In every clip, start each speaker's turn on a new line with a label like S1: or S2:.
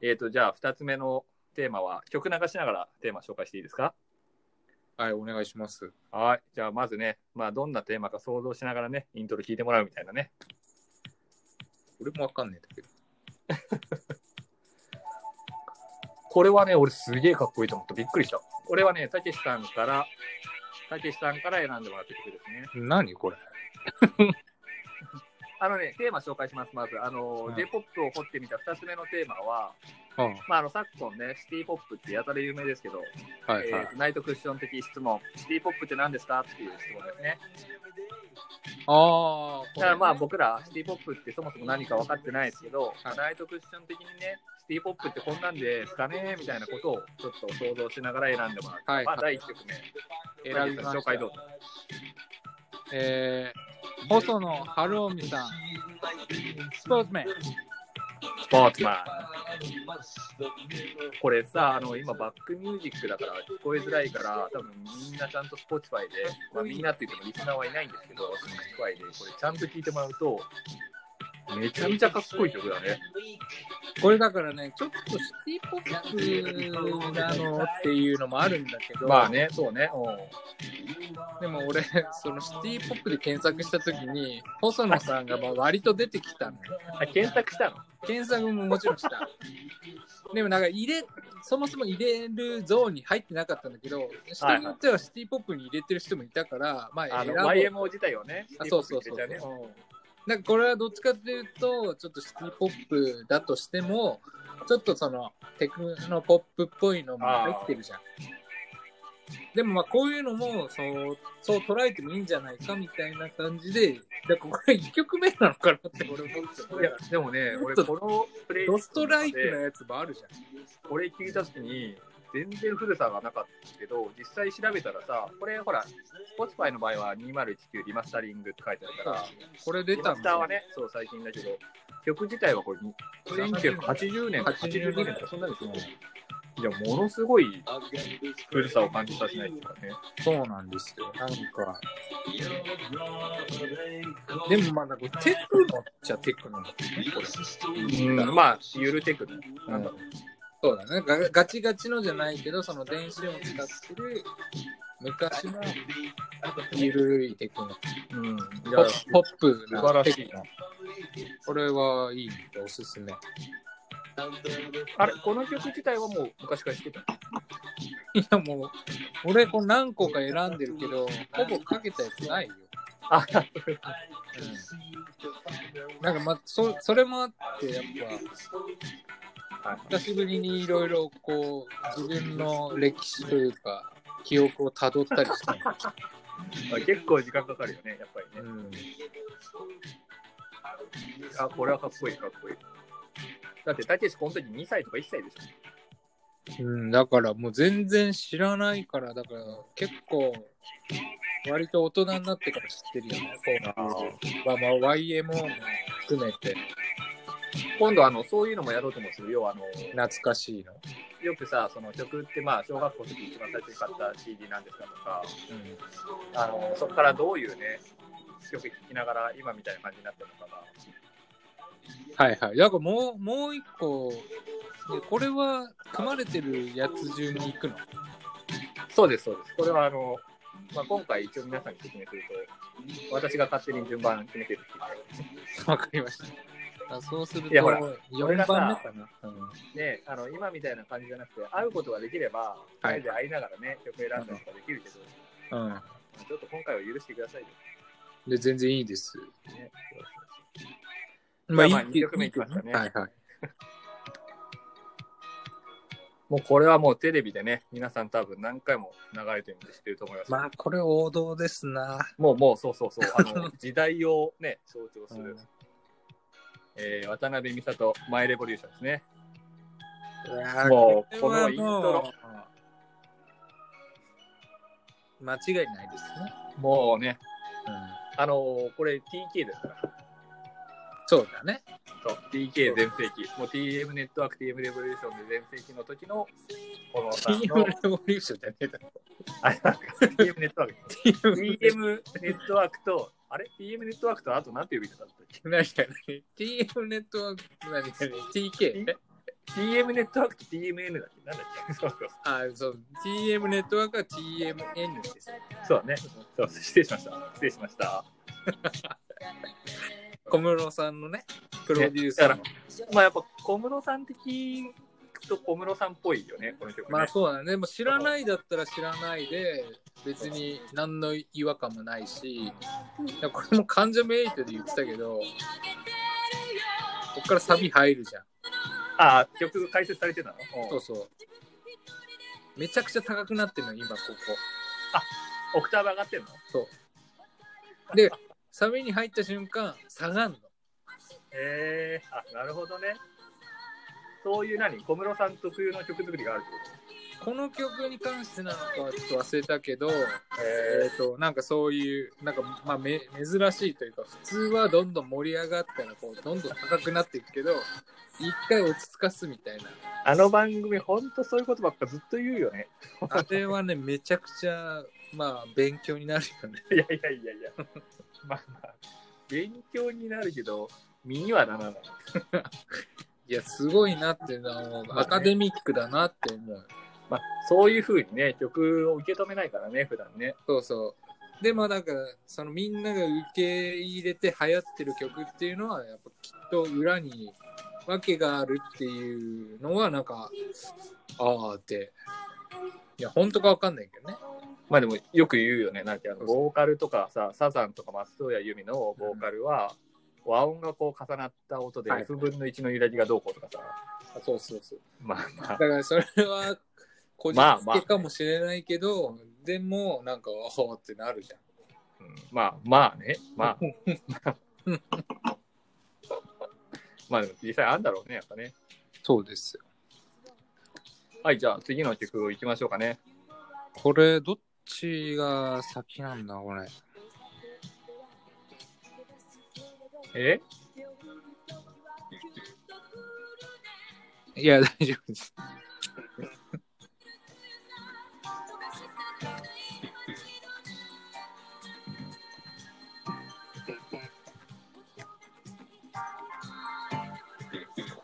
S1: えっ、と、じゃあ、2つ目のテーマは、曲流しながらテーマ紹介していいですか
S2: はい、お願いします。
S1: はい。じゃあ、まずね、まあ、どんなテーマか想像しながらね、イントロ聞いてもらうみたいなね。
S2: 俺もわかんないんだけど。
S1: これはね、俺すげえかっこいいと思った。びっくりした。これはね、たけしさんから、たけしさんから選んでもらって曲ですね。
S2: 何これ
S1: あのね、テーマ紹介します、まず。あの、
S2: うん
S1: J-POP を掘ってみた2つ目のテーマは、
S2: うん。
S1: まあ、あの、昨今ね、シティポップってやたら有名ですけど、
S2: はいはい
S1: え。ーナイトクッション的質問、シティポップって何ですかっていう質問ですね。
S2: ああ、
S1: だからまあ
S2: こ
S1: 僕らシティポップってそもそも何か分かってないですけど、
S2: はい
S1: ナイトクッション的にね、シティポップってこんなんですかねみたいなことをちょっと想像しながら選んでもらって、
S2: はい
S1: まあ第1曲
S2: れ
S1: 目、
S2: 選びま
S1: 紹
S2: した
S1: 介どうぞ。
S2: えー、細野晴臣さん、スポーツメン。
S1: スポーツマン。これさ、あの今バックミュージックだから聞こえづらいから、多分みんなちゃんと Spotify で、まあ、みんなって言ってもリスナーはいないんですけど、Spotify でこれちゃんと聞いてもらうと、めちゃめちゃかっこいい曲だね。
S2: これだからね、ちょっとシティポップなのっていうのもあるんだけど、
S1: まあね、そうね。うん
S2: でも俺、そのシティポップで検索したときに、細野さんがまあ割と出てきたのよ。
S1: あ検索したの
S2: 検索ももちろんした。でもなんか入れ、そもそも入れるゾーンに入ってなかったんだけど、人によってはシティポップに入れてる人もいたから、まあ
S1: あ
S2: 選
S1: の
S2: ぼう
S1: YMO 自体をね、
S2: あそうそうそう
S1: 入れちゃね
S2: なんかこれはどっちかというと、ちょっとシティポップだとしても、ちょっとそのテクノポップっぽいのも入ってるじゃん。でもまあこういうのもそう、そう捉えてもいいんじゃないかみたいな感じで、だからこれ1曲目なのかなって俺思って
S1: うんいや、でもね、俺このプレイ
S2: ドストライク
S1: で
S2: なやつもあるじゃん。
S1: これ聞いた時に、全然古さがなかったけど、実際調べたらさ、これほら、Spotify の場合は2019リマスタリングって書いてあるから、
S2: これ出
S1: リ
S2: た
S1: マ
S2: ん
S1: スターはね、そう最近だけど、曲自体はこれに、1980年、82年とかそんなですよ。いや、ものすごい古さを感じさせないっていうかね。
S2: そうなんですよ。なんか。でもまあなんかテクノっちゃテクノなんだよねこれ
S1: うん、まあ、ゆるテクね。なんだろう。
S2: そうだね。ガガチガチのじゃないけど、その電子音を使ってる昔のゆるいテクノ。
S1: うん。い
S2: ポ
S1: や
S2: ッポッ
S1: 素
S2: プ
S1: 晴
S2: な
S1: らし
S2: テ
S1: い
S2: クノ。これはいいんでおすすめ。
S1: あれ、この曲自体はもう昔から知ってた。
S2: いやもう、俺こう何個か選んでるけど、ほぼかけたやつないよ。
S1: あ、
S2: うん、なんかまあそ、それもあって、やっ
S1: は
S2: ぱ、久しぶりにいろいろこう、自分の歴史というか、記憶をたどったりして、
S1: 結構時間かかるよね、やっぱ
S2: う
S1: りね。
S2: ん、
S1: あ、これはかっこいい、かっこいい。だって、たけし、この時2歳とか1歳でし
S2: うん、だからもう全然知らないから、だから結構、割と大人になってから知ってるよね。そうまあまあ YMO も含めて
S1: ょ。今度、あの、そういうのもやろうと思うんですよ。要は、あの、
S2: 懐かしいの。
S1: よくさ、その曲って、まあ、小学校の時一番最初に買った CD なんですかとか、
S2: うん、
S1: あの、そこからどういうね、曲聴きながら今みたいな感じになったのかが、
S2: はいはい。だからもう、もう一個、でこれは組まれてるやつ順に行くの
S1: そうです、そうです。これはあの、まあ、今回一応皆さんに説明すると、私が勝手に順番決めてるっていう
S2: わかりました。あそうすると、
S1: いやほら俺
S2: 4
S1: がさ
S2: 番目かな。うん
S1: ね、あの今みたいな感じじゃなくて、会うことができれば、
S2: は
S1: 2
S2: い
S1: 人で会いながらね、曲選んだりとかできるけど、
S2: うん。
S1: ちょっと今回は許してくださいよ。
S2: で、全然いいです。
S1: ね、
S2: まあ、い
S1: まあ
S2: いって
S1: 二曲目いきますかね
S2: はいはい。
S1: もうこれはもうテレビでね、皆さん多分何回も流れてるんで知ってると思います。
S2: まあ、これ王道ですな。
S1: もうもうそうそうそう、あ の時代をね、象徴する、
S2: うん
S1: えー渡辺美里、マイレボリューションですね。
S2: いやー
S1: もう
S2: れは
S1: このイントロ
S2: うん間違いないですね。
S1: もうね、
S2: うん、
S1: あのーこれ TK ですから。
S2: そうだね。
S1: そう、TK 全盛期。もう TM ネットワーク、TM レボリューションで全盛期の時の、こ のさん
S2: TM レ
S1: の、
S2: ボリューションじゃねえだろ。
S1: あなんか TM ネットワーク。
S2: TM
S1: TM ネットワークと、あれ ?TM ネットワークと、あとなんて呼び方だったっけ
S2: 何何 ?TM ネットワーク何何 ?TK?
S1: TM ネットワークと TMN だっけなんだっけ そうそう
S2: あそう、TM ネットワークは TMN です。
S1: そうだね。そう、失礼しました。失礼しました。
S2: 小室さんのね、プロデューサー
S1: ねだ
S2: の。
S1: まあやっぱ小室さん的と小室さんっぽいよね、この曲ね。
S2: まあそうだね。でも知らないだったら知らないで、別に何の違和感もないし、だからこれも関ジャム8で言ってたけど、こっからサビ入るじゃん。
S1: ああ、曲解説されてたの
S2: そうそう。めちゃくちゃ高くなってるの、今ここ。
S1: オクターブ上がってんの
S2: そう。で、サビに入った瞬間、下がんの。
S1: へえあ、なるほどね。そういう何小室さん特有の曲作りがあるってこ
S2: この曲に関してなのかはちょっと忘れたけど、
S1: と
S2: え
S1: へ
S2: ー、となんかそういうなんか、まあ、め珍しいというか普通はどんどん盛り上がったらこうどんどん高くなっていくけど一回落ち着かすみたいな
S1: あの番組、ほんとそういうことばっかずっと言うよね。
S2: あれはねめちゃくちゃまあ勉強になるよね
S1: いやいやいやいや。 まあまあ、勉強になるけど、身にはならない。
S2: いやすごいなっていうのはもうアカデミックだなって思う
S1: まあ、そういう風にね、曲を受け止めないからね、普段ね。
S2: そうそうでまあなんかそのみんなが受け入れて流行ってる曲っていうのはやっぱきっと裏に訳があるっていうのはなんかああっていや本当かわかんないけどね
S1: まあでも、よく言うよね。なんて、あの、
S2: そうそう
S1: ボーカルとかさ、サザンとか松任谷由実のボーカルは、和音がこう重なった音で
S2: はい
S1: F 分の1の揺らぎがどうこうとかさ。
S2: あそうそうそう。
S1: まあまあ
S2: だか。らそれは、こじ
S1: まあ
S2: つ
S1: まあ
S2: けかもしれないけど、でも、なんか、おーってなるじゃん。
S1: うんまあまあね、 まあ。まあでも実際あんだろうね、やっぱね。
S2: そうですよ。
S1: はい、じゃあ次の曲をいきましょうかね。
S2: これ、どっちが先なんだ、これ。
S1: え
S2: いや、大丈夫です。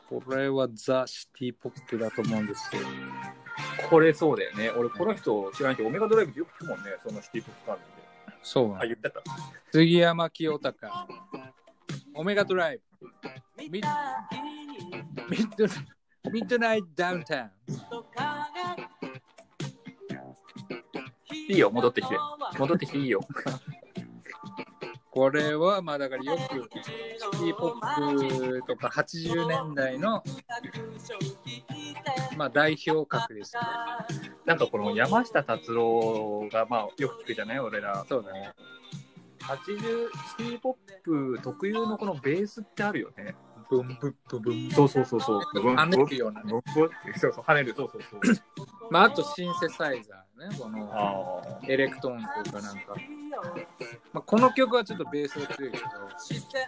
S2: これはザ・シティ・ポップだと思うんですけど。
S1: これそうだよね。俺この人知らんけど、オメガドライブってよく聞くもんね、そのシティポップカードで。
S2: そうなん
S1: あ、言ってた。
S2: 杉山清隆、オメガドライブ、ミッミッドミッドナイトダウンタウン、
S1: いいよ、戻ってきて。戻ってきていいよ。
S2: これはまあだからよくシティ・ポップとか80年代の、まあ、代表格ですね。
S1: なんかこの山下達郎が、まあよく聞くじゃない俺ら。
S2: そうだね。
S1: 80、シティポップ特有のこのベースってあるよね。
S2: ブンブッブブン。
S1: そうそうそうそう。
S2: 跳ねるようなね。
S1: そうそう、跳ねる、そうそうそう。
S2: まああとシンセサイザーね、この
S1: ああ。
S2: エレクトーンというかなんか。まあ、この曲はちょっとベースが強いけど、
S3: 視線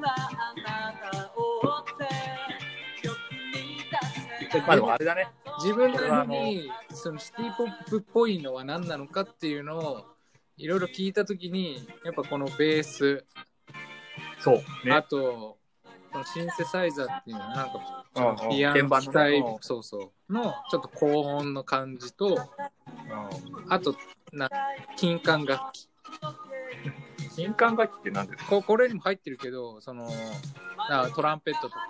S3: はあなたを追って曲に出せない
S1: まあでもあれだね。
S2: 自分なりにそのシティポップっぽいのは何なのかっていうのをいろいろ聞いた時にやっぱこのベース、
S1: そう。
S2: あとこのシンセサイザーっていうのはなんか
S1: うんうん
S2: ピアノ
S1: 鍵
S2: 自
S1: 盤
S2: 体
S1: のね
S2: そうそうのちょっと高音の感じと
S1: うん
S2: あとな金管楽器
S1: 金管楽器って何ですか
S2: ここれにも入ってるけどそのなトランペットとか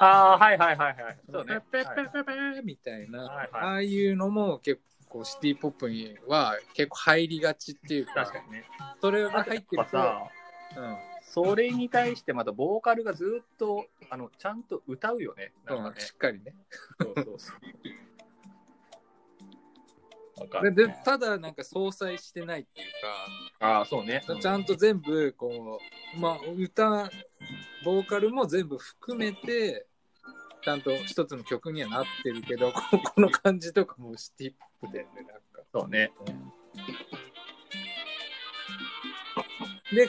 S1: ああ、はいはいはいはい。そうね。
S2: ペペペペペみたいな、
S1: はいはい
S2: ああいうのも結構シティポップには結構入りがちっていうか
S1: 確かにね。
S2: それが入って
S1: や
S2: る
S1: っぱ
S2: と、
S1: さ、
S2: うん、
S1: それに対してまたボーカルがずっと、あの、ちゃんと歌うよね。な
S2: うんん
S1: かね
S2: し。っかりね。
S1: そうそうそう。わか
S2: で
S1: る。
S2: でただなんか相殺してないっていう
S1: ああ、そうね。
S2: か、ちゃんと全部こう、まあ歌、ボーカルも全部含めて、ちゃんと一つの曲にはなってるけど、ここの感じとかもシティポップだよね、なんか。
S1: そうね。
S2: で、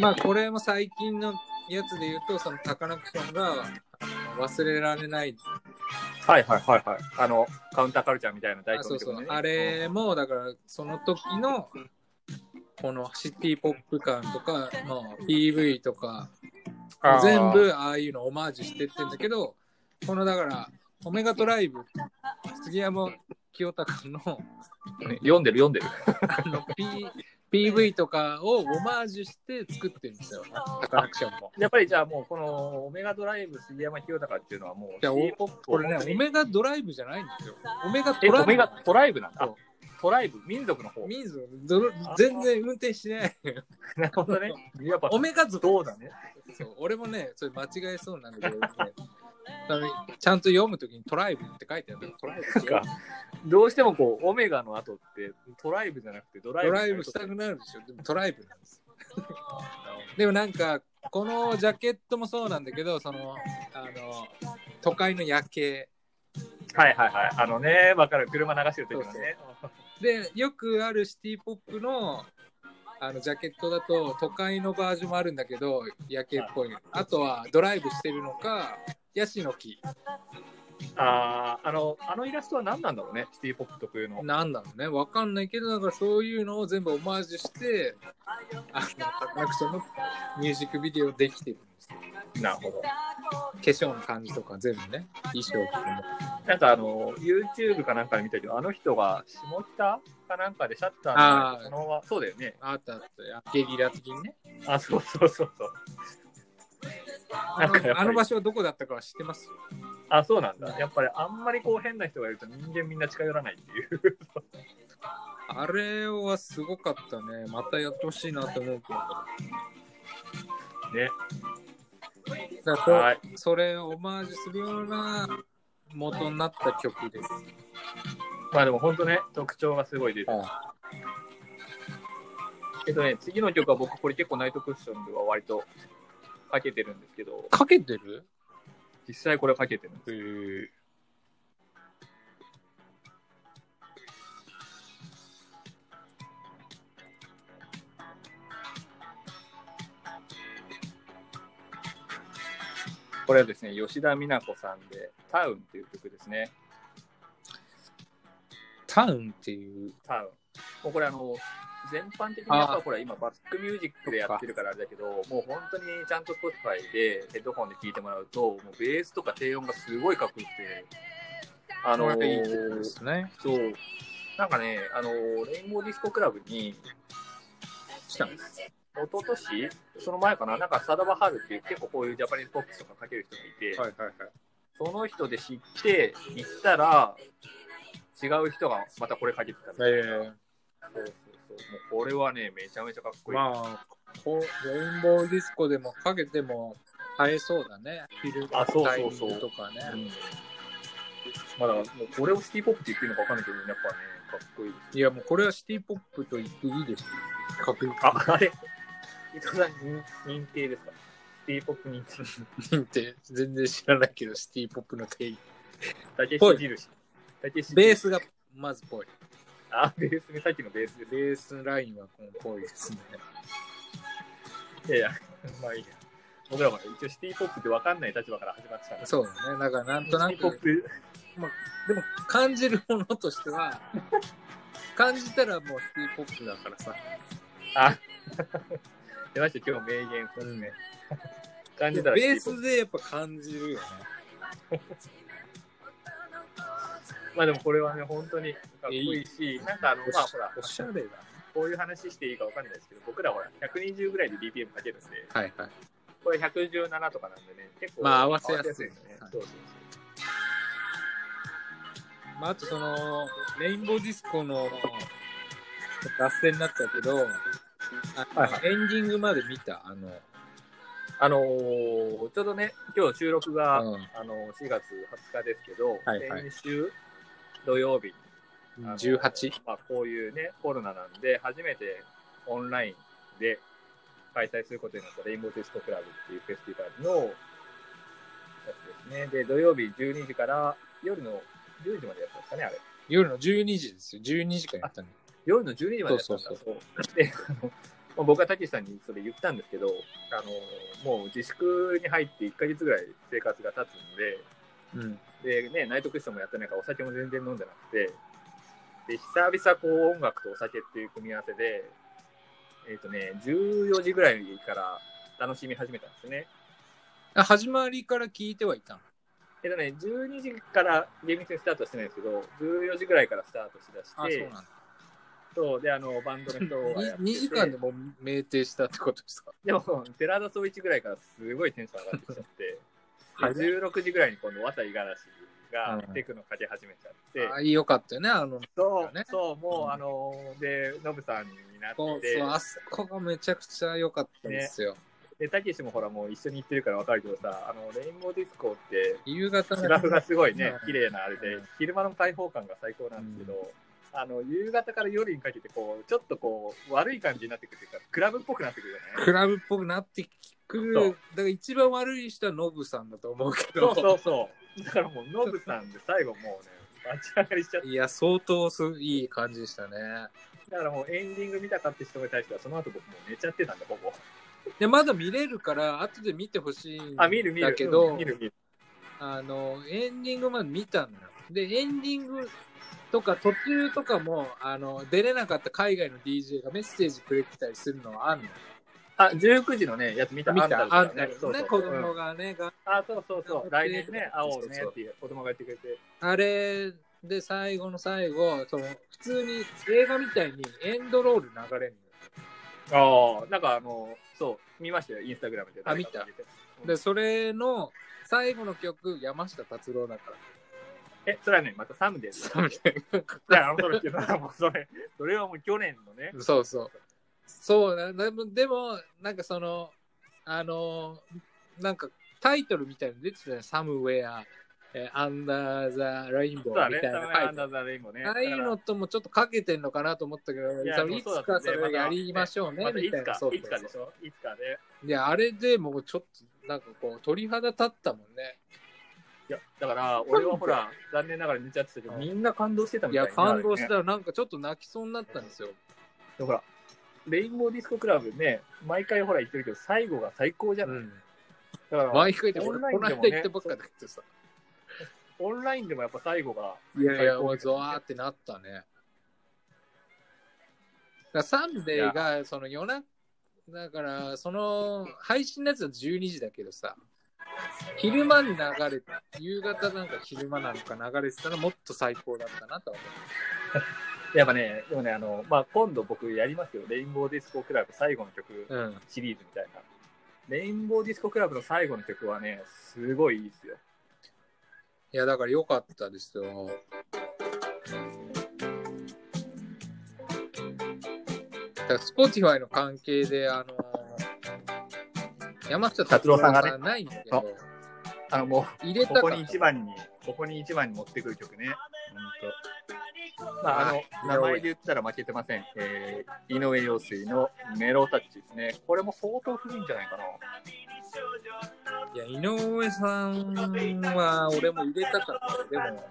S2: まあこれも最近のやつで言うと、その高中さんがあの忘れられない
S1: はいはいはいはい。あの、カウンターカルチャーみたいな大
S2: あ
S1: 根
S2: そう
S1: の
S2: そ
S1: 曲
S2: う
S1: ね。
S2: あれもだからその時のこのシティポップ感とかの PV とか
S1: あー
S2: 全部ああいうのオマージュしてってんだけどこのだから、オメガトライブ、杉山清隆の
S1: 読んでる読んでる。
S2: あの P PV とかをオマージュして作ってるんですよ、アトラクションも。
S1: やっぱりじゃあもうこのオメガドライブ杉山清隆っていうのはもう
S2: じゃあお
S1: K-POP を
S2: これね、オメガドライブじゃないんですよ。オメガト
S1: え
S2: ライブ。
S1: オメガトライブなん
S2: そ
S1: だ
S2: う。
S1: トライブ、民族の方。
S2: ミーズドロ全然運転しない。
S1: なるほどね。やっぱ
S2: オメガ族
S1: そうだね。
S2: そう俺もね、それ間違えそうなんだけど、ね、あのちゃんと読むときにトライブって書いてあるトライブしよう
S1: どうしてもこう、オメガの後ってトライブじゃなくてドライ
S2: ド
S1: ブ。
S2: ライブしたくなるでしょ。でもトライブなんです。でもなんか、このジャケットもそうなんだけど、その、あの、都会の夜景。
S1: はいはいはい。あのね、わかる。車流してる時のね。
S2: で、よくあるシティポップの、あのジャケットだと都会のバージョンもあるんだけど夜景っぽいあとはドライブしてるのかヤシの木
S1: あーあの、あのイラストは何なんだろうね。シティポップ特有の。
S2: なんだろうね、わかんないけど、だからそういうのを全部オマージュして、あのアトラクションのミュージックビデオできてるんですよ。
S1: なるほど。
S2: 化粧の感じとか全部ね、衣装とかも。
S1: なんかあの、YouTube かなんかで見たけど、あの人が下北かなんかでシャッター
S2: あ
S1: の
S2: ー
S1: そのまま、そうだよね。
S2: あったあった、ゲリラ的にね。
S1: あ、そうそうそうそう。
S2: あ
S1: なんかやっぱり
S2: のあの場所はどこだったかは知ってます
S1: あ、そうなんだ。やっぱりあんまりこう変な人がいると人間みんな近寄らないっていう。
S2: あれはすごかったね。またやってほしいなと思うけ
S1: ね。
S2: ど。だから
S1: はい。
S2: そそれをオマージュするような元になった曲です。
S1: まあでも本当ね、特徴がすごい出てる。えっとね、次の曲は僕これ結構ナイトクッションでは割とかけてるんですけど、
S2: かけてる
S1: 実際これかけてるんですよ。これはですね、吉田美奈子さんで、タウンっていう曲ですね。
S2: タウンっていう。
S1: タウン。もうこれあの、全般的にやっぱこれ今バックミュージックでやってるからあれだけど、もう本当にちゃんと Spotify でヘッドホンで聴いてもらうと、もうベースとか低音がすごいかっこよくて、あ
S2: あ
S1: の
S2: いい曲ですね。
S1: そう、なんかね、あのレインボーディスコクラブに、
S2: したんです。
S1: 一昨年その前かな、なんかサダバハルっていう結構こういうジャパニーズポップスとかかける人がいて、
S2: いはいはい。
S1: その人で知って行ったら、違う人がまたこれかけてたみたいな。
S2: え
S1: そうそうそう。もうこれはね、めちゃめちゃかっこいい。
S2: まあ、こうレインボーディスコでもかけても映えそうだね。フィル
S1: あそうそうそう
S2: タイミングとかね。
S1: うんまだ、もうこれをシティポップって言っていいのかわかんないけど、やっぱね、かっこいいで
S2: いや、もうこれはシティポップと言っていいです。かっこいい。
S1: す。あ、あれ伊藤さん認、認定ですかシティポップ認定。
S2: って全然知らないけど、シティポップの定義。
S1: 竹下
S2: ぽい
S1: 印。竹下
S2: ベースがまずぽい。
S1: あ、ベースね、さっきのベースです。
S2: ベースラインはこのぽいですね。
S1: いやいや、まあいいや。僕らも一応シティポップってわかんない立場から始まってたんです。
S2: そうだね。だからなんとな
S1: シティポッ
S2: く、
S1: プ、
S2: でも感じるものとしては、感じたらもうシティポップだからさ。
S1: あ、 出ました、今日名言二つね。感じたら
S2: ベー
S1: シティポップ
S2: スでやっぱ感じるよね。
S1: まあでもこれはね、本当にかっこいいし、なんかあの、まあほら、
S2: おしゃれだね。
S1: こういう話していいかわかんないですけど、僕らほら、120ぐらいで BPM かけるんで、
S2: はいはい。
S1: これ117とかなんでね、結構
S2: まあ合わせ
S1: 合わ
S2: やすい
S1: ですよね
S2: はい。
S1: そうそう
S2: まあ、あとその、レインボーディスコの脱線になっちゃうけど、あ
S1: はいは
S2: エンディングまで見た、あの、
S1: そうあのーちょうどね、今日収録が、
S2: うん
S1: あのー4月20日ですけど、
S2: はいはい
S1: 先週土曜日に、あのー
S2: 18?
S1: まあ、こういうね、コロナなんで、初めてオンラインで開催することになったレインボーテストクラブっていうフェスティバルのやつですね。で、土曜日12時から夜の10時までやったんですかね、あれ。
S2: 夜の12時ですよ。12時からやったの。
S1: 夜の12時までやったんだ
S2: そう
S1: そうであのまあ僕はたけしさんにそれ言ったんですけどあのもう自粛に入って1ヶ月ぐらい生活が経つ
S2: うん。
S1: んでで、ね、ナイトクッションもやってないからお酒も全然飲んでなくてで久々こう音楽とお酒っていう組み合わせでえっ、とね14時ぐらいから楽しみ始めたんですね
S2: あ始まりから聞いてはいたの。
S1: えっとね、12時から厳密にスタートはしてないんですけど、14時ぐらいからスタートしだして、
S2: あ、そうなんだ。
S1: そうで、あの、バンドの人がやってて
S2: 2時間でもう酩酊したってことですか
S1: でも、寺田総一ぐらいからすごいテンション上がってきちゃって、
S2: はい
S1: 16時ぐらいに今度、渡井がらしが
S2: うん
S1: テクノかけ始めちゃって、
S2: あよかったよね、あの、
S1: そう、
S2: ね
S1: そう、もう、
S2: うん
S1: あの、で、ノブさんにな
S2: そう
S1: っ
S2: そう、
S1: て、
S2: あそこがめちゃくちゃ良かったですよ。
S1: で、たけしもほら、もう一緒に行ってるから分かるけどさ、あの、レインボーディスコって、
S2: 夕方の
S1: スラフがすごいね
S2: う、ん
S1: 綺麗なあれで
S2: うん、
S1: 昼間の開放感が最高なんですけど、あの、夕方から夜にかけて、こう、ちょっとこう、悪い感じになってくるっていうか、クラブっぽくなってくるよね。
S2: クラブっぽくなってくる。
S1: そ
S2: だ
S1: う
S2: から一番悪い人はノブさんだと思うけ
S1: そ
S2: ど。
S1: うそうそう。だからもう、ノブさんで最後もうね、立ち上がりしちゃって、
S2: いや、相当すいい感じでしたね。
S1: だからもうエンディング見たかって人に対しては、その後僕もう寝ちゃってたんで、ほぼ。
S2: で、まだ見れるから、後で見てほしいん
S1: あ、見る見る。
S2: だけど
S1: うん見る見る。
S2: あの、エンディングまで見たのよ。で、エンディングとか途中とかも、あの、出れなかった海外の DJ がメッセージくれてたりするのはあんの。
S1: あ、19時のね、やつ見た。
S2: 見たあん
S1: だ
S2: た
S1: よ
S2: り
S1: そう
S2: ね、
S1: そう
S2: 子
S1: うん
S2: 供がね、が
S1: あ、そうそうそう。来年ね、会おうね
S2: そうそう
S1: っていう子供が言ってくれて。
S2: あれで最後の最後、その普通に映画みたいにエンドロール流れる
S1: ああ、なんかあの、そう、見ましたよ、インスタグラムで。
S2: あ見た
S1: 誰かが上げて
S2: の。で、それの最後の曲、山下達郎だから。
S1: え、それはね、またサムデーズ。いや、あの、それっていうの はもうそれ、それはもう去年のね。
S2: そうそう。そうなでも、でも、なんかその、あのー、なんかタイトルみたいの出てたね。サムウェア、えー、アンダーザ・レイン
S1: そ
S2: ボ
S1: うだ
S2: ーみ
S1: ね、
S2: た
S1: サ
S2: い
S1: ムデーアン
S2: なの書いてあ
S1: ダーザレインもね。
S2: る。ああいうのともちょっとかけてんのかなと思ったけど、
S1: いや
S2: 多分いつ
S1: そうだっ
S2: か
S1: た
S2: そ
S1: ね
S2: れをやりましょう
S1: だか
S2: ね、
S1: らまた
S2: み
S1: いつ
S2: たいな。
S1: か
S2: そう、
S1: いつか
S2: そう
S1: でしょいつかね。
S2: いや、あれでもうちょっと、なんかこう、鳥肌立ったもんね。
S1: いや、だから、俺はほら、残念ながら寝ちゃってたけど、
S2: うん
S1: みんな感動してたみ
S2: い
S1: たい
S2: や、
S1: な。
S2: 感動し
S1: あれね。
S2: たら、なんかちょっと泣きそうになったんですよ。
S1: でほら、レインボーディスコクラブね、毎回ほら言ってるけど、最後が最高じゃ
S2: う
S1: ない。
S2: ん。
S1: だから、
S2: 毎回で、
S1: オ
S2: 俺、
S1: ンライン
S2: この
S1: で
S2: 間
S1: もね
S2: 行ったばっかだけどさ。
S1: オンラインでもやっぱ最後が、
S2: いやい
S1: 最
S2: や、
S1: 高
S2: 俺、
S1: ですね
S2: ゾワーってなったね。だからサンデーが、その夜な、だから、その、配信のやつは12時だけどさ、昼間に流れて、夕方なんか昼間なのか流れてたらもっと最高だったなとは思
S1: やっぱね、でもね、あの、まあ、今度僕やりますけど、レインボーディスコクラブ最後の曲
S2: う。うん。
S1: シリーズみたいな。レインボーディスコクラブの最後の曲はね、すごいいいですよ。
S2: いや、だから良かったですよ。だから Spotify の関係で、あのー山下達郎さん
S1: 達郎
S2: がないんだけど、
S1: あの、も
S2: 入れ
S1: う、こ
S2: たか
S1: こ
S2: ら
S1: に一番に、ここに一番に持ってくる曲ね。ほんとまあ、あ
S2: はい
S1: の、名前で言ったら負けてません。えー、井上陽水のメロタッチですね。これも相当古いんじゃないかな。
S2: いや、井上さんは俺も入れたかった。でも、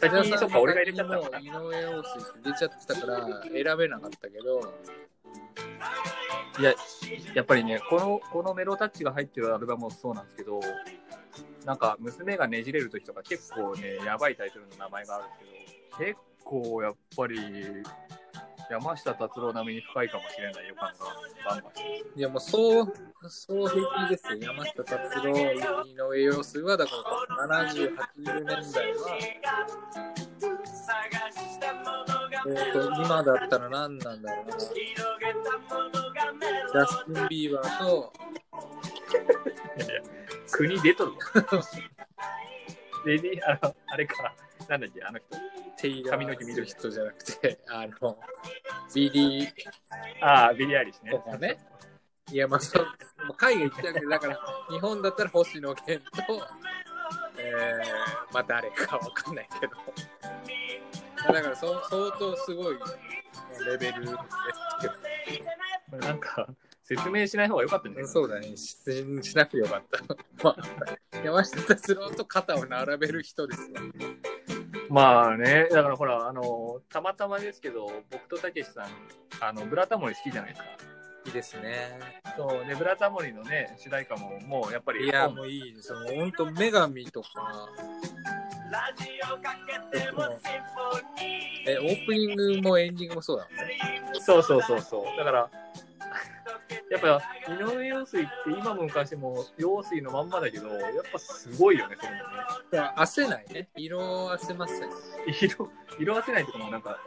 S1: 先に、そっか、俺が入れちゃったの
S2: 先
S1: かな。
S2: にもう井上陽水入れちゃってたから選べなかったけど、
S1: いや、やっぱりね、この、このメロタッチが入ってるアルバムもそうなんですけど、なんか、娘がねじれる時とか結構ね、やばいタイトルの名前があるんですけど、結構やっぱり、山下達郎並みに深いかもしれない予感がバ ンバンしてる
S2: いや、もうそう、そう平気ですよ。山下達郎、井上陽水は、だから70、80年代は、えー、と今だったら何なんだろうな。ジャスティン・ビーバーと、
S1: 国出とるわ。レディあの、あれか、なんだっけ、あの人。
S2: テイラ
S1: 髪の毛
S2: ー・スウ
S1: 緑
S2: ィフトじゃなくて、あの、ビリー
S1: ああ、ビリーアイリッシュね。
S2: とかね。いや、まあ、そう海外行きたけど、だから、日本だったら星野源と、えー、まあ誰かわかんないけど。だからそう、相当すごいレベルですけど。
S1: これなんか、説明しない方が良かったんじゃない
S2: そうだね、出演しなくてよかった。まあ、 山下達郎と肩を並べる人ですよ。
S1: まあね、だからほら、あの、たまたまですけど、僕とたけしさん、あの、ブラタモリ好きじゃないですか。
S2: いいですね。
S1: そう、ね、ブラタモリのね、主題歌も、もうやっぱり、
S2: いや、もういいですよ。本当女神とか、え、オープニングもエンディングもそうだもんね。
S1: そうそうそうそう。だから、やっぱ井上陽水って今も昔も陽水のまんまだけど、やっぱすごいよね、それもね。
S2: ら、焦せないね。色あせますね。
S1: 色、色褪せないとかもなんか、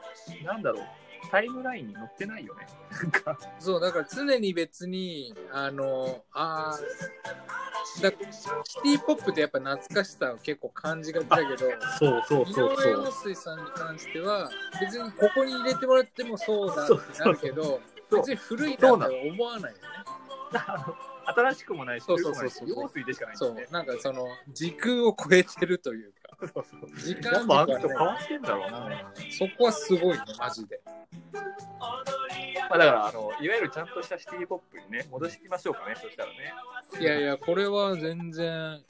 S1: なんだろう、タイムラインに載ってないよね。なんか、
S2: そう、だから常に別に、あの、あーだシティポップってやっぱ懐かしさを結構感じがちだけど、
S1: そうそ
S2: 井上陽。水さんに関しては、別にここに入れてもらってもそうだってなるけど、
S1: そう
S2: 別に古いなとは思わないよね。
S1: 新しくもないし、
S2: そう
S1: 古
S2: そ
S1: くも
S2: うそ
S1: な
S2: う
S1: いし、陽水でしかないんだ
S2: そ
S1: よ
S2: う
S1: ね、。
S2: なんかその、時空を超えてるというか、
S1: そうそう
S2: 時間
S1: やっぱあの人
S2: 軸
S1: 変
S2: はね
S1: わってんだろうな。ま
S2: そこはすごいね、マジで。
S1: あだから、あの、いわゆるちゃんとしたシティポップにね、戻していきましょうかね、そしたらね。
S2: いやいや、これは全然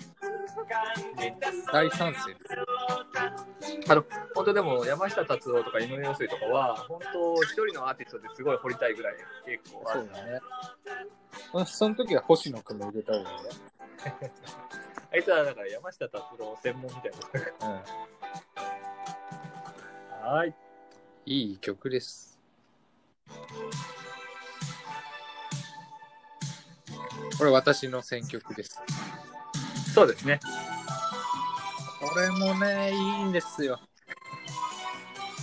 S2: 大賛成です。
S1: あの本当でも山下達郎とか井上陽水とかは本当一人のアーティストですごい掘りたいぐらい結構あ
S2: そ
S1: る
S2: うだね。まあその時は星野くんも入れた方がいいね。
S1: あいつはだから山下達郎専門みたい
S2: うん
S1: なはい
S2: いい曲です。これ私の選曲です。
S1: そうですね
S2: これもね、いいんですよ。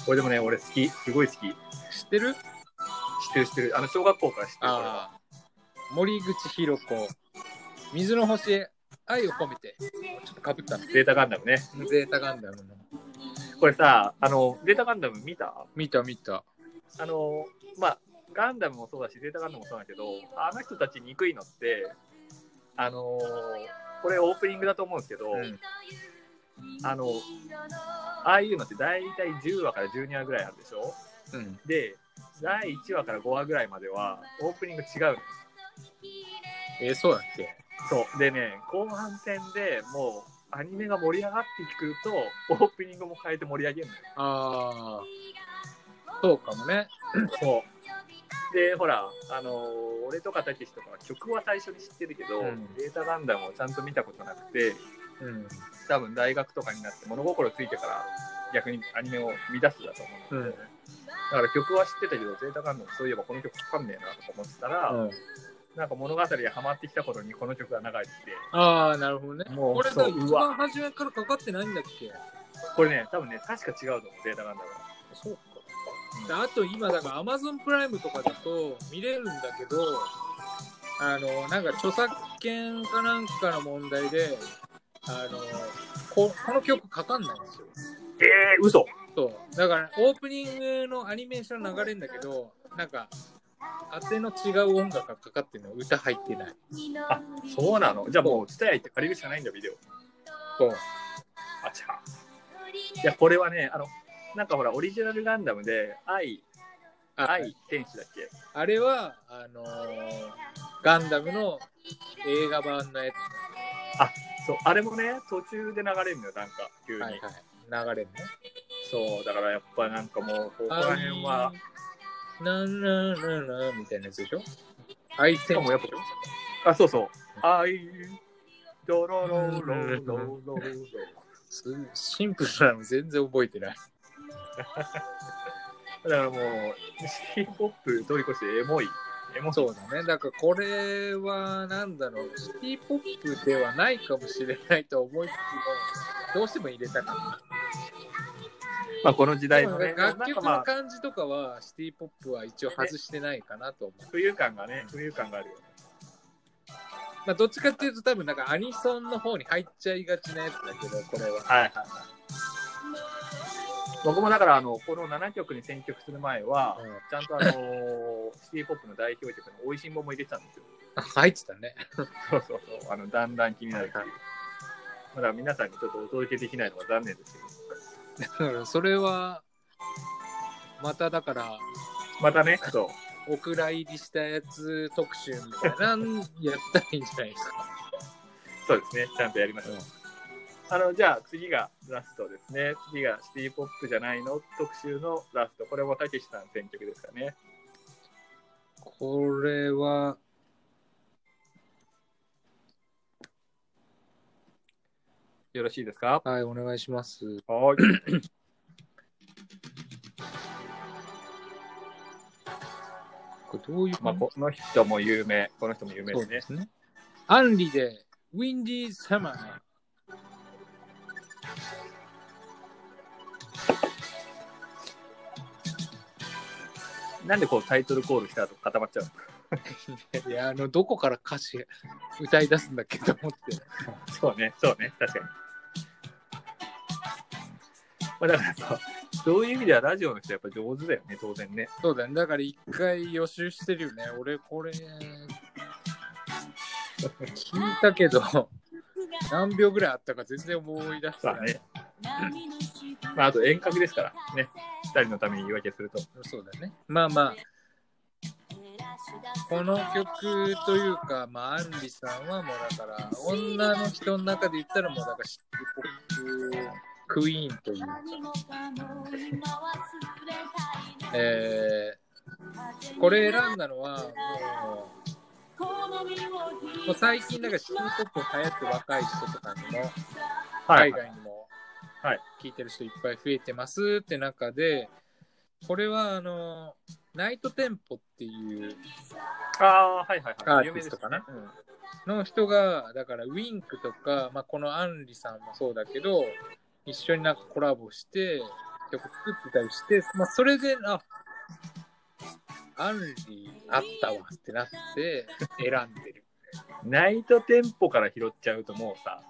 S1: これでもね俺好きすごい好き知
S2: 知ってる
S1: ってる知ってるあの小学校から知ってるから
S2: ああ。森口博子。水の星へ愛を込めて。ちょっとかぶったの。
S1: ゼータガンダムね
S2: ゼータガンダムの。
S1: これさあのゼータガンダム見た
S2: 見た見た。
S1: あのまあガンダムもそうだしゼータガンダムもそうだけどあの人たち憎いのってあのこれオープニングだと思うんですけど、
S2: うん
S1: あのああいうのって大体10話から12話ぐらいあるでしょ
S2: うん。
S1: で第1話から5話ぐらいまではオープニング違うの
S2: えーそうだっけ
S1: そうでね後半戦でもうアニメが盛り上がってくるとオープニングも変えて盛り上げるのよ
S2: ああ。そうかもね。
S1: そうでほらあのー俺とかたけしとかは曲は最初に知ってるけど、
S2: うん
S1: データガンダムをちゃんと見たことなくて
S2: うん。
S1: 多分大学とかになって物心ついてから逆にアニメを見出すだと思うんだよね、だから曲は知ってたけどデータガンダムそういえばこの曲わかんねえなとか思ってたら、
S2: うん、
S1: なんか物語でハマってきた頃にこの曲が流れてきて
S2: ああ、なるほどね。
S1: もう
S2: これ
S1: そ
S2: さ、
S1: う
S2: 一
S1: うわ
S2: 番初めからかかってないんだっけ
S1: これね、多分ね、確か違うと思う、データなんだろ
S2: そうか。あと今、だから Amazon プライムとかだと見れるんだけど、あの、なんか著作権かなんかの問題で、あの、ここの曲かかんないんですよ。
S1: う。えー、嘘
S2: そう。だから、オープニングのアニメーション流れるんだけど、なんか、当ての違う音楽がかかってるの、歌入ってない。
S1: あ、そうなのじゃあもう、ツタヤ行って借りるしかないんだ、ビデオ。
S2: そう。
S1: あちゃ。いや、これはね、あの、なんかほら、オリジナルガンダムで、愛、
S2: あ
S1: 愛天使だっけ
S2: あれは、あのーガンダムの映画版のやつ。
S1: そう、あれもね、途中で流れるのよ、なんか、急に。
S2: はいはい。流れるね。
S1: そう、だからやっぱなんかもう、ここら辺は、
S2: なんなんなんなんみたいなやつでしょ相
S1: し
S2: 手
S1: かも
S2: も
S1: やっぱ、あ、そうそう、愛、ドロロロロロロロ。
S2: シンプルなの全然覚えてない。
S1: だからもう、シティポップ通り越してエモい。エモい
S2: そうだね。だからこれはなんだろう。シティポップではないかもしれないと思いつつも、どうしても入れたか
S1: まあ、この時
S2: った。
S1: 代
S2: で
S1: の
S2: も
S1: ね、
S2: ね
S1: なん
S2: 楽
S1: か
S2: 曲
S1: ま
S2: の
S1: あ、
S2: 感じとかはシティポップは一応外してないかなと思う。
S1: 浮遊感がね、浮遊感があるよね。
S2: まあどっちかっていうと多分なんかアニソンの方に入っちゃいがちなやつだけど、これは。
S1: はいはいはい。僕もだから、あの、この7曲に選曲する前は、
S2: うん
S1: ちゃんとあのーシティポップの代表曲のおいしんぼも入れてたんですよ。
S2: あ入ってたね。
S1: そうそうそう。あの、だんだん気になるっていう。まだ皆さんにちょっとお届けできないのが残念ですけど。
S2: だからそれは、まただから、
S1: またね、そう。
S2: お蔵入りしたやつ特集みたいなのやったらいいんじゃないですか。
S1: そうですね、ちゃんとやりましょう。
S2: うん
S1: あのじゃあ次がラストですね。次がシティ・ポップじゃないの特集のラスト。これもたけしさん選曲ですかね。
S2: これは、
S1: よろしいですか
S2: はい、お願いします。
S1: はい。
S2: これどういう
S1: まあ、この人も有名、この人も有名で
S2: そう
S1: すね
S2: で。すね。アンリで、ウィンディーサマー。
S1: なんでこうタイトルコールした後固まっちゃう
S2: いや、あの、どこから歌詞歌い出すんだっけと思って。
S1: の そうね、そうね、確かに。まあ、だからさ、そういう意味ではラジオの人はやっぱ上手だよね、当然ね。
S2: そうだね。だから一回予習してるよね。俺、これ、聞いたけど、何秒ぐらいあったか全然思い出して
S1: さ
S2: な
S1: あ
S2: い。
S1: ね、まあ、あと遠隔ですから、ね、二人のために言い訳すると。
S2: そうだね。まあまあ、この曲というか、まあ、アンリさんはもうだから、女の人の中で言ったらもうだからシティポップクイーンというか、えー、これ選んだのは、もう、もう最近だからシティポップ流行って若い人とかにも、海外にも
S1: はい
S2: 聞いてる人いっぱい増えてますって中で、これはあの、ナイトテンポっていう
S1: ああ、はいはい
S2: ア
S1: はい。
S2: ーティストかな
S1: 有名ですね
S2: の人が、だからウィンクとか、まあ、このアンリさんもそうだけど、一緒になんかコラボして、曲作ってたりして、まあ、それで、あ、アンリあったわってなって、選んでる。
S1: うんナイトテンポから拾っちゃうともうさ、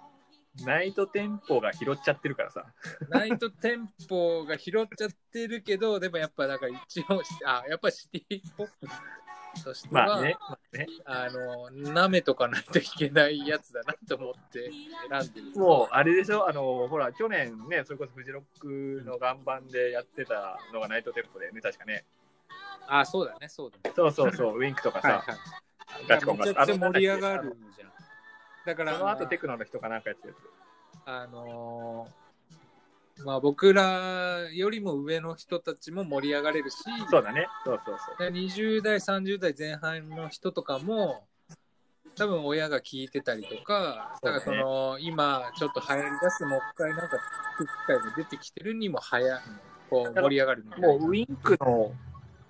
S1: ナイトテンポが拾っちゃってるからさ。
S2: ナイトテンポが拾っちゃってるけど、でもやっぱだから一応、あ、やっぱシティポップとしては、
S1: まあね、まあね。
S2: あの、舐めとかないといけないやつだなと思って選んでる。
S1: もうあれでしょあのほら去年ねそれこそフジロックの岩盤でやってたのがナイトテンポだよね確かね
S2: あ、そうだね、そうだね。
S1: そうそう そうウィンクとか
S2: はいは
S1: さ
S2: い。
S1: ガチコンが
S2: めちゃくちゃ盛り上がるじゃん。だか
S1: あの
S2: ら、
S1: その後テクノの人かなんかやってたや
S2: あのーまあ僕らよりも上の人たちも盛り上がれるし、
S1: つそうだねそうそうそう
S2: で20代、30代前半の人とかも、多分親が聞いてたりとか、だからその、今ちょっと流行り出す、もう一回なんか聞く機会が出てきてるにも早、こう盛り上がるみたいな。
S1: もうウィンクの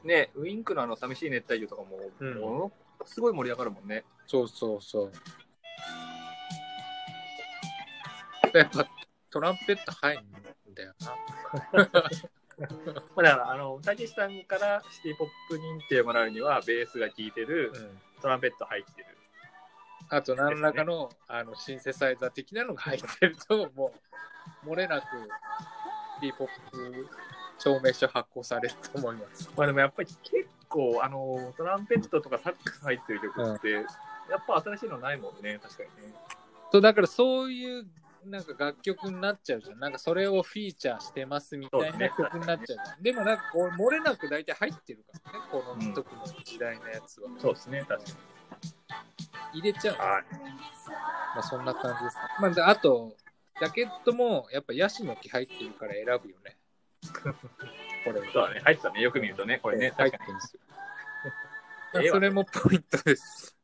S1: ねウィンクのあの寂しい熱帯魚とかも、
S2: うん
S1: ものすごい盛り上がるもんね
S2: そうそうそう。やっぱトランペット入るんだよな。
S1: まあだからあのたけしさんからシティポップ認定もらうにはベースが効いてる
S2: うん
S1: トランペット入ってる
S2: あと何らかの,、あのシンセサイザー的なのが入ってると、 もう漏れなく b ポップ証明書発行されると思います。
S1: まあでもやっぱり結構あのトランペットとかサックス入ってる曲って、やっぱ新しいのないもんね確かにね
S2: とだからそういうなんか楽曲になっちゃうじゃん。なんかそれをフィーチャーしてますみた
S1: そ
S2: いう
S1: で
S2: な
S1: すね
S2: 曲になっちゃうじゃん。でもなんかこう漏れなく大体入ってるからね、この特の時代のやつは。
S1: そうですね確か
S2: 入れちゃう。
S1: にはい
S2: まあそんな感じですね。まあで、あと、ジャケットもやっぱヤシの木入ってるから選ぶよね。これは
S1: そうだね入ってたねよく見るとねこれね
S2: 入
S1: 確
S2: って
S1: か
S2: るんですよ
S1: ええ。わ
S2: それもポイントです。